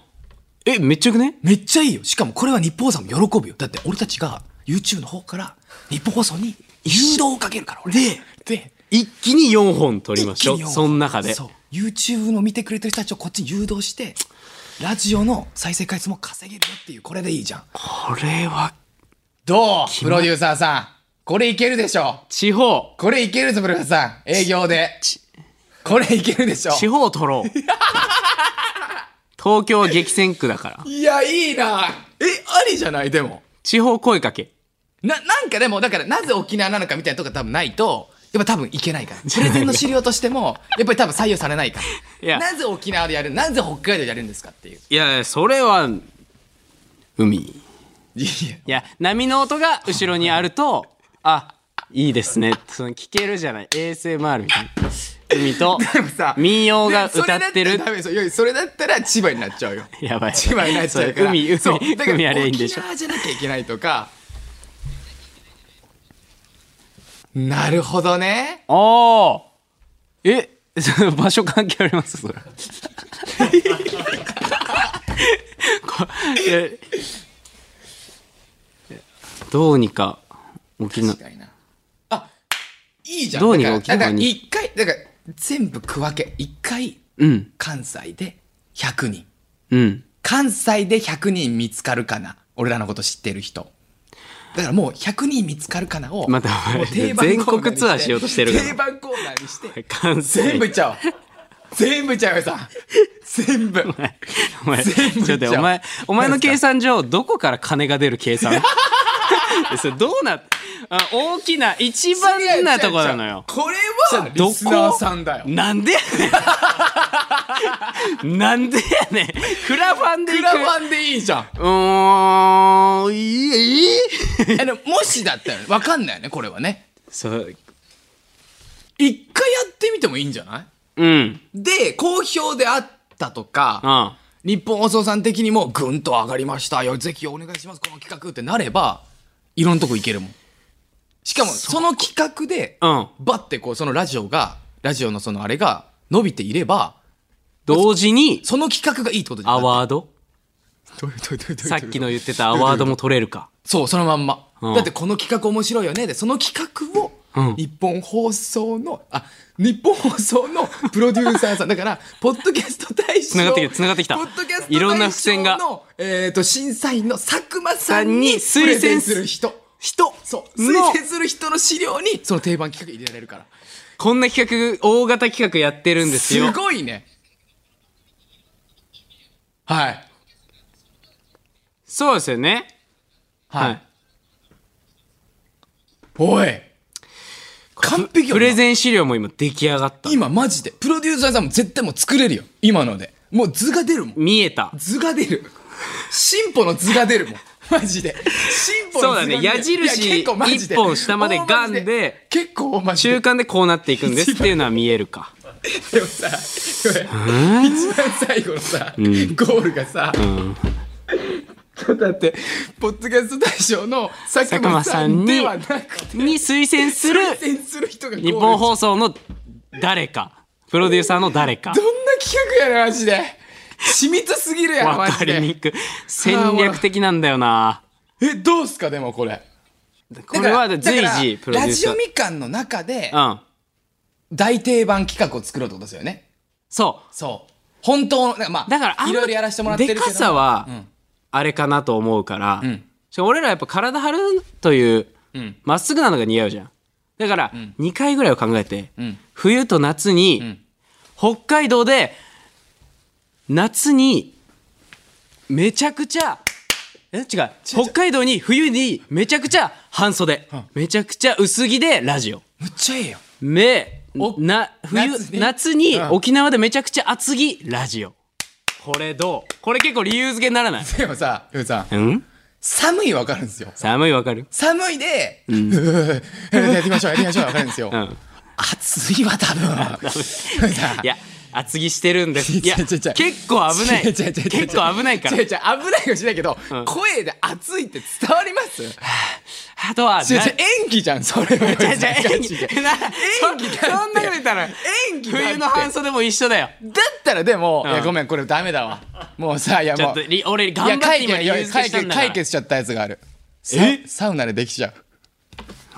Speaker 2: え、めっちゃよくね
Speaker 1: めっちゃいいよしかもこれは日本放送も喜ぶよだって俺たちが YouTube の方から日本放送に誘導をかけるからでで
Speaker 2: 一気に4本撮りま
Speaker 1: 一
Speaker 2: し
Speaker 1: 気
Speaker 2: ょ
Speaker 1: に
Speaker 2: う。
Speaker 1: よ
Speaker 2: その中で。
Speaker 1: そう YouTube の見てくれてる人たちをこっちに誘導してラジオの再生回数も稼げるよっていうこれでいいじゃん
Speaker 2: これは、
Speaker 1: どうプロデューサーさんこれいけるでしょ
Speaker 2: 地方、
Speaker 1: これいけるぞプロデューサーさん営業でこれいけるでしょ
Speaker 2: 地方撮 ろう。東京激戦区だから。
Speaker 1: いや、いいな。え、ありじゃないでも。
Speaker 2: 地方声かけ。
Speaker 1: な、なんかでも、だから、なぜ沖縄なのかみたいなとこ多分ないと、やっぱ多分いけないから。プレゼンの資料としても、やっぱり多分採用されないか
Speaker 2: いや
Speaker 1: ら。なぜ沖縄でやる、なぜ北海道でやるんですかっていう。
Speaker 2: いやいや、それは、海。い
Speaker 1: いや
Speaker 2: や、波の音が後ろにある と、あ、いいですね。その聞けるじゃない。ASMR みたいな。海と
Speaker 1: でもさ、
Speaker 2: 民謡が歌って
Speaker 1: それだ
Speaker 2: る
Speaker 1: たら。ダメですよいやそれだったら千葉になっちゃうよ。
Speaker 2: やばい。
Speaker 1: 千葉になっちゃうから。
Speaker 2: 海、海、
Speaker 1: そうだから
Speaker 2: 海あれいいんでしょ
Speaker 1: 沖。縄じゃなきゃいけないとか、なるほどね。
Speaker 2: ああえ 場所関係あります それこえどうにか沖縄
Speaker 1: 確かにな。あ、いいじゃん。
Speaker 2: どうにか
Speaker 1: だ
Speaker 2: 沖縄
Speaker 1: らだから
Speaker 2: に
Speaker 1: 一回、だから全部区分け。一回、
Speaker 2: うん
Speaker 1: 関西で100人。
Speaker 2: うん
Speaker 1: 関西で100人見つかるかな。俺らのこと知ってる人。だからもう100人見つかるかなを、
Speaker 2: またお前
Speaker 1: もう定番コーナに
Speaker 2: 全国ツアーしようとしてるから
Speaker 1: 定番コーナーにして。
Speaker 2: 関西
Speaker 1: 全部いっちゃおう。全部いっちゃうよ、さん。全部。
Speaker 2: お前、
Speaker 1: 全部
Speaker 2: ちょっ
Speaker 1: じ
Speaker 2: と待って
Speaker 1: ゃん
Speaker 2: お前、お前の
Speaker 1: 何すか
Speaker 2: 計算上、どこから金が出る 計算それどうなあ大きな、一番なとこなのよ。
Speaker 1: これは
Speaker 2: ど
Speaker 1: リスナー
Speaker 2: こ
Speaker 1: さんだよ。
Speaker 2: なんでやね んなんでやねんクラファンで
Speaker 1: ク
Speaker 2: 行
Speaker 1: ラ
Speaker 2: く
Speaker 1: ファンでいいじゃん。
Speaker 2: うーん、いい、いい
Speaker 1: あのもしだったらわかんないよねこれはね
Speaker 2: そう、
Speaker 1: 一回やってみてもいいんじゃない
Speaker 2: うん、
Speaker 1: で好評であったとか
Speaker 2: あ
Speaker 1: 日本放送さん的にもぐんと上がりましたよぜひお願いしますこの企画ってなればいろんなとこ行けるもんしかもその企画で
Speaker 2: うん
Speaker 1: バッてこうそのラジオがラジオのそのあれが伸びていれば
Speaker 2: 同時に、
Speaker 1: その企画がいいってことじゃん
Speaker 2: アワード
Speaker 1: どういうどういうどういうどういう
Speaker 2: さっきの言ってたアワードも取れるか。
Speaker 1: そう、そのまんま。
Speaker 2: うん
Speaker 1: だってこの企画面白いよね。で、その企画を
Speaker 2: うん、
Speaker 1: 日本放送の、あ、日本放送の プロデューサーさん、だから、ポッドキャスト大賞。
Speaker 2: 繋がってきた繋がってきた
Speaker 1: ポッドキャスト大賞の
Speaker 2: いろんな付箋が
Speaker 1: えっ、と、審査員の佐久間さんに
Speaker 2: さんに推薦す
Speaker 1: プレゼンする人。人そう。推
Speaker 2: の
Speaker 1: 薦する人の資料に、その定番企画入れられるから。
Speaker 2: こんな企画、大型企画やってるんです
Speaker 1: す
Speaker 2: よ。
Speaker 1: ごいね。はい。
Speaker 2: そうですよね。
Speaker 1: はい。
Speaker 2: はい
Speaker 1: おい。完璧よな
Speaker 2: プレゼン資料も今出来上がった。
Speaker 1: 今マジでプロデューサーさんも絶対もう作れるよ今のでもう図が出るもん
Speaker 2: 見えた。
Speaker 1: 図が出る進歩の図が出るもん マジで進歩の図が出る
Speaker 2: そうだね矢印
Speaker 1: いや結構マジで
Speaker 2: 一本下まで
Speaker 1: 大マジ
Speaker 2: ガンで
Speaker 1: 結構大マジで
Speaker 2: 中間でこうなっていくんですっていうのは見えるか。
Speaker 1: でもさこれ一番最後のさ、ゴールがさ、ちょっとだってポッドキャスト大賞の佐久間さんではなくて
Speaker 2: に推薦する
Speaker 1: 推薦する人がゴール
Speaker 2: 日本放送の誰か、プロデューサーの誰か
Speaker 1: ど、んな企画やねんマジで緻密すぎるやろマ
Speaker 2: わ
Speaker 1: ジ
Speaker 2: か
Speaker 1: で
Speaker 2: りにくい。戦略的なんだよな。
Speaker 1: えどうすかでもこれ
Speaker 2: これは
Speaker 1: だ
Speaker 2: 随
Speaker 1: からだから
Speaker 2: 時プロデュー
Speaker 1: ラジ
Speaker 2: サ
Speaker 1: オみかんの中で
Speaker 2: ー。うん。
Speaker 1: 大定番企画を作ろうってことですよね
Speaker 2: そ
Speaker 1: そう本当のだからまあ
Speaker 2: う。だからあんま
Speaker 1: いろいろやらせてもらってるけど
Speaker 2: でかさは
Speaker 1: うん、
Speaker 2: あれかなと思うから、
Speaker 1: ん
Speaker 2: しかも俺らやっぱ体張るという
Speaker 1: うん
Speaker 2: まっすぐなのが似合うじゃんだから2回ぐらいを考えて、
Speaker 1: ん
Speaker 2: 冬と夏に、
Speaker 1: ん
Speaker 2: 北海道で夏にめちゃくちゃえ違う北海道に冬にめちゃくちゃ半袖、
Speaker 1: ん
Speaker 2: めちゃくちゃ薄着でラジオ
Speaker 1: むっちゃええよ
Speaker 2: め
Speaker 1: お
Speaker 2: な冬
Speaker 1: 夏
Speaker 2: 夏
Speaker 1: に
Speaker 2: に
Speaker 1: うん
Speaker 2: 沖縄でめちゃくちゃ厚着ラジオこれどうこれ結構理由付けにならない
Speaker 1: でもさゆうさん
Speaker 2: うん
Speaker 1: 寒いわかるんですよ
Speaker 2: 寒いわかる
Speaker 1: 寒いで、うーやってみましょうやってみましょうわかるんですよ、
Speaker 2: ん
Speaker 1: 暑いわ多分さ
Speaker 2: いや厚着してるんですいや
Speaker 1: 違う違う違う
Speaker 2: 結構危ない
Speaker 1: 違う違う違う違う
Speaker 2: 結構危ないから
Speaker 1: 違う違う危ないかもしれないけど、
Speaker 2: ん
Speaker 1: 声で暑いって伝わります
Speaker 2: あとはな
Speaker 1: 違う違う演技じゃんそれは
Speaker 2: 違う違う演技
Speaker 1: 違う
Speaker 2: な
Speaker 1: 演技だって
Speaker 2: そそんなこと言ったら
Speaker 1: 演技だって
Speaker 2: 冬の半袖も一緒だよ
Speaker 1: だったらでも、
Speaker 2: うん
Speaker 1: いやごめんこれダメだわもうさいや
Speaker 2: ちょ
Speaker 1: もう
Speaker 2: っと
Speaker 1: い
Speaker 2: り俺
Speaker 1: や
Speaker 2: 頑張って
Speaker 1: 解
Speaker 2: 今
Speaker 1: 決い
Speaker 2: 理由
Speaker 1: や
Speaker 2: 付
Speaker 1: 解
Speaker 2: けした
Speaker 1: 決
Speaker 2: んだか
Speaker 1: 解
Speaker 2: ら
Speaker 1: 決しちゃったやつがあるさ
Speaker 2: え
Speaker 1: サウナでできちゃう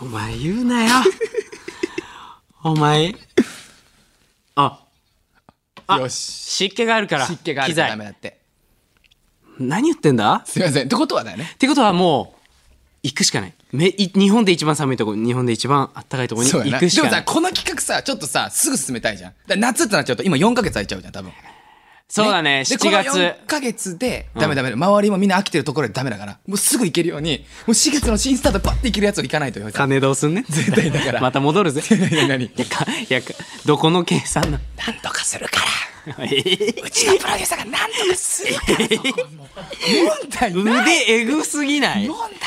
Speaker 2: お前言うな よお前あ
Speaker 1: よし
Speaker 2: 湿気があるから
Speaker 1: 湿気がある
Speaker 2: 機
Speaker 1: からダメ
Speaker 2: 材
Speaker 1: だって
Speaker 2: 何言ってんだ
Speaker 1: すいませんってことはだよね
Speaker 2: ってことはもう行くしかないめい日本で一番寒いとこ日本で一番あったかいとこに
Speaker 1: そうや
Speaker 2: 行
Speaker 1: な
Speaker 2: くし
Speaker 1: で
Speaker 2: か
Speaker 1: も
Speaker 2: な
Speaker 1: さ
Speaker 2: い
Speaker 1: この企画さちょっとさすぐ進めたいじゃんだから夏ってなっちゃうと今4ヶ月空いちゃうじゃん多分
Speaker 2: そうだね
Speaker 1: で
Speaker 2: 7
Speaker 1: この
Speaker 2: 月
Speaker 1: 4ヶ月でダメダメ、周りもみんな飽きてるところでダメだからもうすぐ行けるようにもう4月の新スタートパッて行けるやつを行かないとよ絶
Speaker 2: 金どうすんね
Speaker 1: 対だから
Speaker 2: また戻るぜ
Speaker 1: 何何
Speaker 2: いやかいやかどこの計算 な
Speaker 1: 何とかするから
Speaker 2: のえ
Speaker 1: うちのプロデューサーが何とかするからそこはもう問題
Speaker 2: 腕
Speaker 1: ない
Speaker 2: えぐすぎない
Speaker 1: 問題ない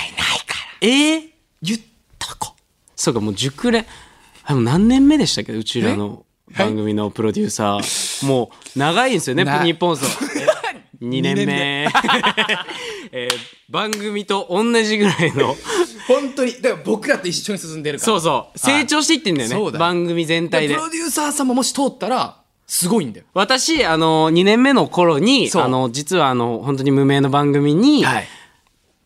Speaker 1: から
Speaker 2: えー、
Speaker 1: 言ったか
Speaker 2: そうかもう熟練あもう何年目でしたっけうちらの
Speaker 1: えはい
Speaker 2: 番組のプロデューサー、もう長いんですよね
Speaker 1: な
Speaker 2: 日 本放送2年
Speaker 1: 二
Speaker 2: 目
Speaker 1: 年
Speaker 2: えー番組と同じぐらいの
Speaker 1: 本当にだから僕らと一緒に進んでるから
Speaker 2: そうそう成長していってんだよね、
Speaker 1: そうだよ
Speaker 2: 番組全体で
Speaker 1: プロデューサーさんももし通ったらすごいんだよ
Speaker 2: 私あの2年目の頃に
Speaker 1: そう
Speaker 2: あの実はあの本当に無名の番組に、
Speaker 1: はい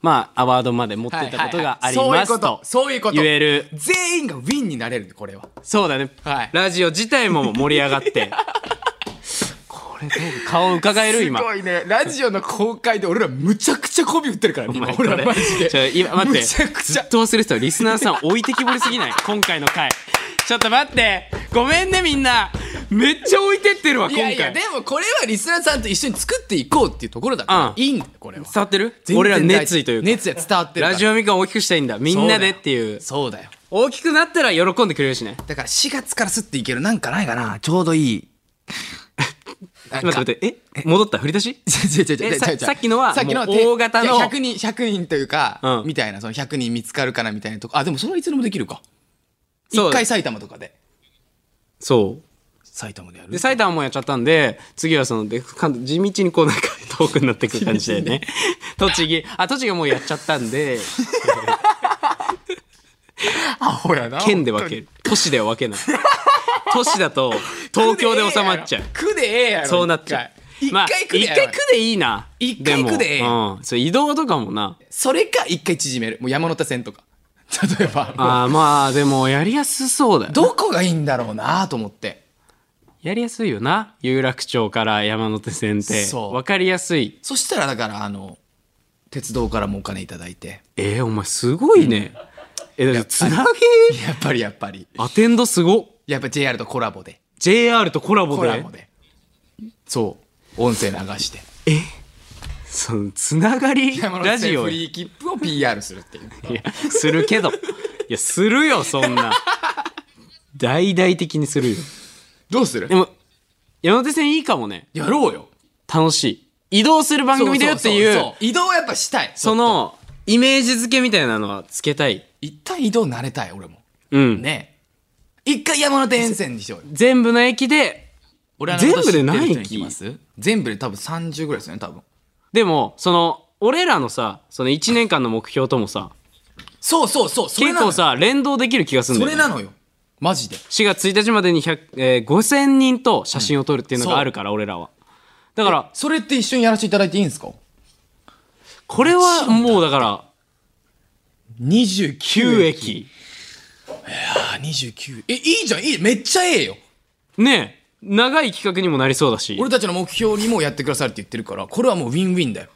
Speaker 2: まあアワードまで持ってたことがありますと
Speaker 1: そういうことそういうこと
Speaker 2: 言える
Speaker 1: 全員がウィンになれるんでこれは
Speaker 2: そうだね、
Speaker 1: はい
Speaker 2: ラジオ自体も盛り上がってこれどう顔を伺える今
Speaker 1: すごいねラジオの公開で俺らむちゃくちゃ媚び売ってる からね今
Speaker 2: お前
Speaker 1: 俺らマジで
Speaker 2: ちょ今待って
Speaker 1: むちゃくち
Speaker 2: ず
Speaker 1: ゃ
Speaker 2: っと忘れてたリスナーさん置いてきぼりすぎない今回の回 ちょっと待ってごめんねみんなめっちゃ置いてってるわ
Speaker 1: い
Speaker 2: 今
Speaker 1: や
Speaker 2: 回
Speaker 1: いやでもこれはリスナーさんと一緒に作っていこうっていうところだから、
Speaker 2: うん
Speaker 1: いいんだよこれは
Speaker 2: 伝わってる
Speaker 1: 全然
Speaker 2: 俺ら熱意というか
Speaker 1: 熱意は伝わってるから
Speaker 2: ラジオみかんを大きくしたいんだみんなでっていう
Speaker 1: そうだよそうだよ
Speaker 2: 大きくなったら喜んでくれるしね
Speaker 1: だから4月からすっていけるなんかないかなちょうどいいなん
Speaker 2: 待
Speaker 1: か
Speaker 2: って待ってえ戻った振り出 し
Speaker 1: 違う違う違う違う
Speaker 2: えさ
Speaker 1: 違う
Speaker 2: さっきのは
Speaker 1: さっきのは
Speaker 2: もう大型の
Speaker 1: いや100人100人というか、
Speaker 2: うん
Speaker 1: みたいなその100人見つかるかなみたいなとこあでもそれはいつでもできるか
Speaker 2: そう
Speaker 1: 一回埼玉とかで
Speaker 2: そ
Speaker 1: 埼玉でやる
Speaker 2: うで埼玉もやっちゃったんで次はそのでかん地道にこうなんか遠くになっていく感じだよね栃木あ栃木はもうやっちゃった んで
Speaker 1: アホやな
Speaker 2: 県で分ける都市では 分けない都市だと東京で収まっちゃう
Speaker 1: 区でええやろ
Speaker 2: そうなっちゃう
Speaker 1: 一
Speaker 2: まあ
Speaker 1: 回一回区で
Speaker 2: 一
Speaker 1: やろ
Speaker 2: 回区でいいな
Speaker 1: 一回区でええや
Speaker 2: もうんそれ移動とかもな
Speaker 1: それか一回縮めるもう山手線とか例えば
Speaker 2: あーまあでもやりやすそうだよ
Speaker 1: どこがいいんだろうなと思って
Speaker 2: やりやすいよな有楽町から山手線って
Speaker 1: そう
Speaker 2: 分かりやすい
Speaker 1: そしたらだからあの鉄道からもお金いただいて
Speaker 2: えー、お前すごいねえだってつなげ
Speaker 1: やっぱりやっぱり
Speaker 2: アテンドすご
Speaker 1: やっぱ JR とコラボで
Speaker 2: JR とコラボ
Speaker 1: コ
Speaker 2: で
Speaker 1: ラボでそう音声流して
Speaker 2: そのつながり
Speaker 1: 山
Speaker 2: ラ
Speaker 1: 手
Speaker 2: ジ
Speaker 1: 線
Speaker 2: オ
Speaker 1: フ
Speaker 2: い
Speaker 1: リー切符を PR するっていう
Speaker 2: やするけどいやするよそんな大々的にするよ
Speaker 1: どうする
Speaker 2: でも山手線いいかもね
Speaker 1: やろうよ
Speaker 2: 楽しい移動する番組だよっていうそ
Speaker 1: そそそ移動はやっぱしたい
Speaker 2: のイメージ付けみたいなのはつけたい
Speaker 1: 一旦移動慣れたい俺も
Speaker 2: うん、
Speaker 1: ねえ一回山手沿線にしようよ
Speaker 2: 全部の駅で
Speaker 1: 俺
Speaker 2: 全部で何駅
Speaker 1: 知ってる人に行きます全部で多分30ぐらいですよね多分
Speaker 2: でもその俺らのさその1年間の目標ともさ
Speaker 1: そうそうそうそれ
Speaker 2: 結
Speaker 1: なのよ
Speaker 2: 構さ連動できる気がするん
Speaker 1: そ
Speaker 2: だよ、
Speaker 1: れ
Speaker 2: ね、
Speaker 1: なのよマジで
Speaker 2: 4月1日までに100、えー5000人と写真を撮るっていうのがあるから、俺らはだから
Speaker 1: それって一緒にやらせていただいていいんですか
Speaker 2: これはもうだから
Speaker 1: 29
Speaker 2: 9駅
Speaker 1: あ29えいいじゃんいいめっちゃええよ
Speaker 2: ねえ長い企画にもなりそうだし
Speaker 1: 俺たちの目標にもやってくださるって言ってるからこれはもうウィンウィンだよ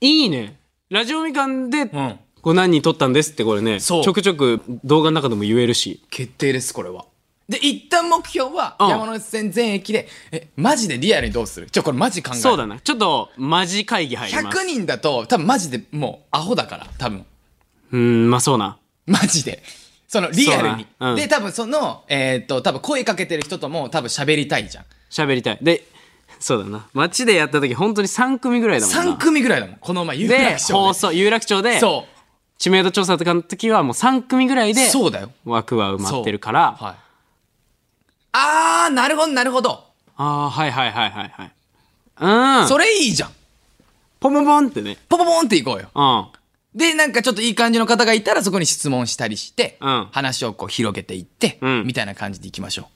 Speaker 2: いいねラジオみかんで、
Speaker 1: ん
Speaker 2: こう何人撮ったんですってこれねち
Speaker 1: そう
Speaker 2: ょくちょく動画の中でも言えるし
Speaker 1: 決定ですこれはで一旦目標は
Speaker 2: うん
Speaker 1: 山手線全駅で、えマジでリアルにどうするちょこれマジ考える
Speaker 2: そうだなちょっとマジ会議入ります
Speaker 1: 100人だと多分マジでもうアホだから多分
Speaker 2: うんまあそうな
Speaker 1: マジでそのリアルに
Speaker 2: そう、だうん
Speaker 1: で多分そのえーっと多分声かけてる人とも多分喋りたいじゃん
Speaker 2: 喋りたいでそうだな街でやった時本当に3組ぐらいだもんな
Speaker 1: 3組ぐらいだもんこの前有
Speaker 2: で
Speaker 1: 楽
Speaker 2: 放
Speaker 1: 賞
Speaker 2: 送有楽町
Speaker 1: で
Speaker 2: で
Speaker 1: そ
Speaker 2: 知名度調査とかの時はもう3組ぐらいうで
Speaker 1: そうだよ
Speaker 2: 枠は埋まってるか
Speaker 1: そう
Speaker 2: ら、
Speaker 1: はい、あーなるほどなるほど、
Speaker 2: ああはいはいはいはいはいうん
Speaker 1: それいいじゃん
Speaker 2: ポンポンポンってね
Speaker 1: ポポポンっていこうよ
Speaker 2: うん
Speaker 1: でなんかちょっといい感じの方がいたらそこに質問したりして、
Speaker 2: うん
Speaker 1: 話をこう広げていって、
Speaker 2: うん
Speaker 1: みたいな感じでいきましょ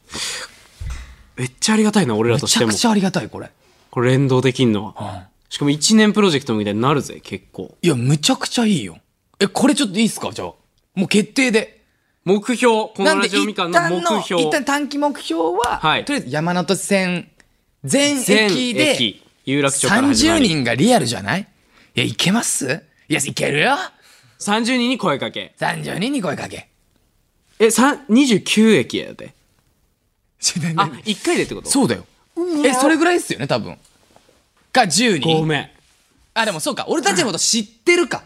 Speaker 2: めっちゃありがたいな俺
Speaker 1: う
Speaker 2: ら
Speaker 1: め
Speaker 2: とし
Speaker 1: ち
Speaker 2: て
Speaker 1: ゃ
Speaker 2: も
Speaker 1: くちゃありがたいこれ
Speaker 2: これ連動できんのは、しかも1年プロジェクトみたいになるぜ結構
Speaker 1: いやむちゃくちゃいいよえこれちょっといいっすかじゃあもう決定で
Speaker 2: 目標こ
Speaker 1: な
Speaker 2: の
Speaker 1: んで
Speaker 2: ラジオみ
Speaker 1: 一
Speaker 2: かん
Speaker 1: 旦
Speaker 2: の
Speaker 1: の
Speaker 2: 目標
Speaker 1: 一旦短期目標は、
Speaker 2: はい
Speaker 1: とりあえず山手線全
Speaker 2: 全
Speaker 1: 駅で
Speaker 2: 駅有楽町から始ま
Speaker 1: 30
Speaker 2: り
Speaker 1: 人がリアルじゃないいやいけますいやいけるよ
Speaker 2: 30, 人に声かけ
Speaker 1: 30人に声かけ
Speaker 2: えさ29駅やで
Speaker 1: ちょ何
Speaker 2: あ
Speaker 1: 何
Speaker 2: 一1回でってこ と
Speaker 1: そうだよえそれぐらいっすよね多分か10人
Speaker 2: ごめん
Speaker 1: あ、でもそうか。俺たちのこと知ってるか。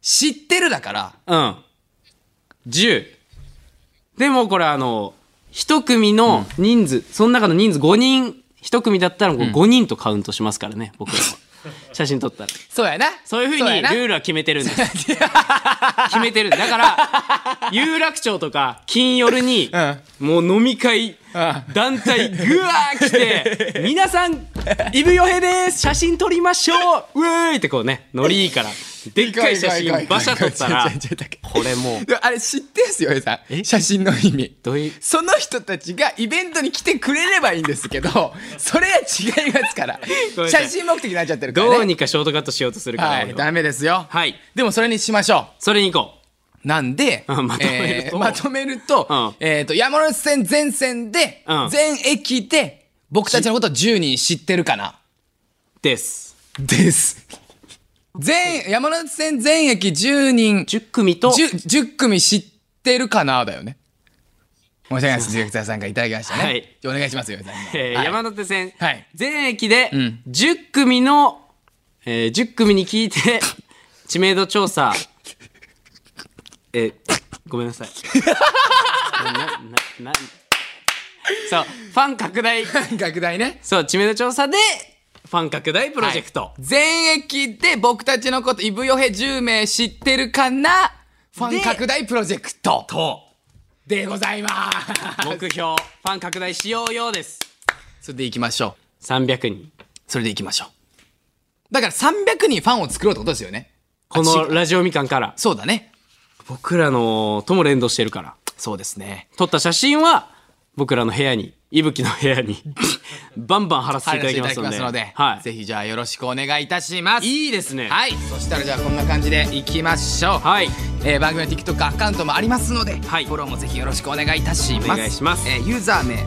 Speaker 1: 知ってるだから。
Speaker 2: うん。10。でもこれあの、一組の人数、その中の人数5人、一組だったらこう5人とカウントしますからね、僕らは。 写真撮ったら。
Speaker 1: そうやな。
Speaker 2: そういうふうにル
Speaker 1: やな
Speaker 2: ールは決めてるん です。決めてるんだだから、有楽町とか金夜に、もう飲み会、団体、ぐわー来 て、皆さん、イブヨヘです写真撮りましょううえーいってこうね、ノリいいから、でっかい写真
Speaker 1: 怖い怖い怖い怖い
Speaker 2: 馬車撮ったら
Speaker 1: 違う違 う違う違う
Speaker 2: これもう
Speaker 1: でもあれ知ってんすよ、江さん。
Speaker 2: え
Speaker 1: 写真の意味。
Speaker 2: どういう
Speaker 1: その人たちがイベントに来てくれればいいんですけ ど、それは違いますから
Speaker 2: ごめん。なさい
Speaker 1: 写真目的になっちゃってるから、ね。
Speaker 2: どうにかショートカットしようとするから、
Speaker 1: は
Speaker 2: 俺
Speaker 1: い、
Speaker 2: は
Speaker 1: ダメですよ。
Speaker 2: はい
Speaker 1: でもそれにしましょ
Speaker 2: それに行こ
Speaker 1: う。なんで、
Speaker 2: うんまとめる
Speaker 1: え
Speaker 2: と
Speaker 1: ーまとめると、
Speaker 2: うん
Speaker 1: えっ、と、山手線全線で、
Speaker 2: うん
Speaker 1: 全駅で、僕たちのこと10人知ってるかな
Speaker 2: うです
Speaker 1: です。全、山手線全駅10人、
Speaker 2: 10組と
Speaker 1: 10, 10組知ってるかなだよね。申し訳ないです。ディレクターさんがいただきましたね。
Speaker 2: はい
Speaker 1: お願いしますよ、岩井さん
Speaker 2: えー
Speaker 1: はい
Speaker 2: 山手線、
Speaker 1: はい
Speaker 2: 全駅で
Speaker 1: ん
Speaker 2: 10組の、えー10組に聞いて 知名度調査えーごめんなさいなななそうファン拡大
Speaker 1: 拡大ね。
Speaker 2: そう知名度調査でファン拡大プロジェクト、
Speaker 1: 全駅で僕たちのこと、イブヨヘ10名知ってるかなファン拡大プロジェクト。
Speaker 2: と
Speaker 1: でございます。
Speaker 2: 目標ファン拡大しようようです
Speaker 1: それでいきましょう。
Speaker 2: 300人
Speaker 1: それでいきましょう。だから300人ファンを作ろうってことですよね。
Speaker 2: こ
Speaker 1: あ
Speaker 2: の
Speaker 1: 違う
Speaker 2: ラジオみかんから
Speaker 1: そうだね。
Speaker 2: 僕らのとも連動してるから
Speaker 1: そうですね。
Speaker 2: 撮った写真は僕らの部屋にいぶきの部屋 にバンバン貼らせていただきますのではい、
Speaker 1: ぜひじゃあよろしくお願いいたします。
Speaker 2: いいですねい、
Speaker 1: はい。そしたらじゃあこんな感じでいきましょう。
Speaker 2: はい
Speaker 1: えー番組の TikTok アカウントもありますので、
Speaker 2: はい
Speaker 1: フォローもぜひよろしくお願いいたします
Speaker 2: お願いします
Speaker 1: えーユーザー名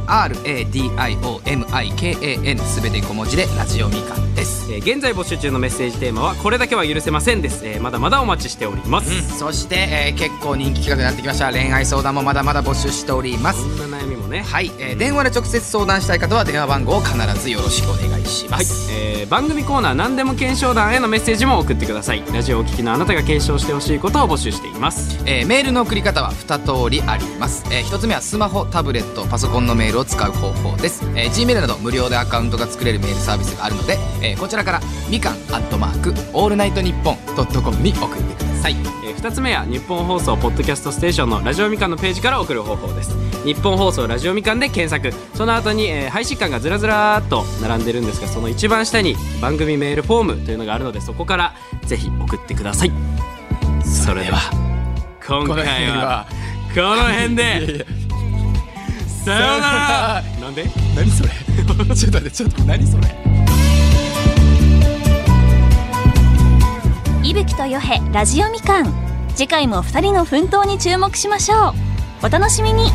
Speaker 1: RADIOMIKAN すべて小文字でラジオみかんです、
Speaker 2: えー現在募集中のメッセージテーマは「これだけは許せません」です、えーまだまだお待ちしております、
Speaker 1: そして、えー結構人気企画になってきました恋愛相談もまだまだ募集しております
Speaker 2: そんな悩みもね
Speaker 1: はい、えー電話で直接相談したい方は電話番号を必ずよろしくお願いしま
Speaker 2: はい
Speaker 1: す、
Speaker 2: えー番組コーナー何でも検証団へのメッセージも送ってくださいラジオをお聞きのあなたが検証してほしいことを募集しています
Speaker 1: えーメールの送り方は2通りあります、え1つ目はスマホタブレットパソコンのメールを使う方法です、えー Gmail など無料でアカウントが作れるメールサービスがあるので、えーこちらからみかんアットマークオールナイトニッポンドットコムに送ってください
Speaker 2: えー、2つ目は日本放送ポッドキャストステーションのラジオみかんのページから送る方法です日本放送ラジオみかんで検索その後に、えー配信館がずらずらーっと並んでるんですがその一番下に番組メールフォームというのがあるのでそこからぜひ送ってくださいそれでは今
Speaker 1: この辺
Speaker 2: 回は
Speaker 1: は
Speaker 2: この辺でさようならなんで
Speaker 1: 何それ ちょっと待ってちょっと何それ
Speaker 3: 伊吹とよへラジオみかん次回も2人の奮闘に注目しましょうお楽しみに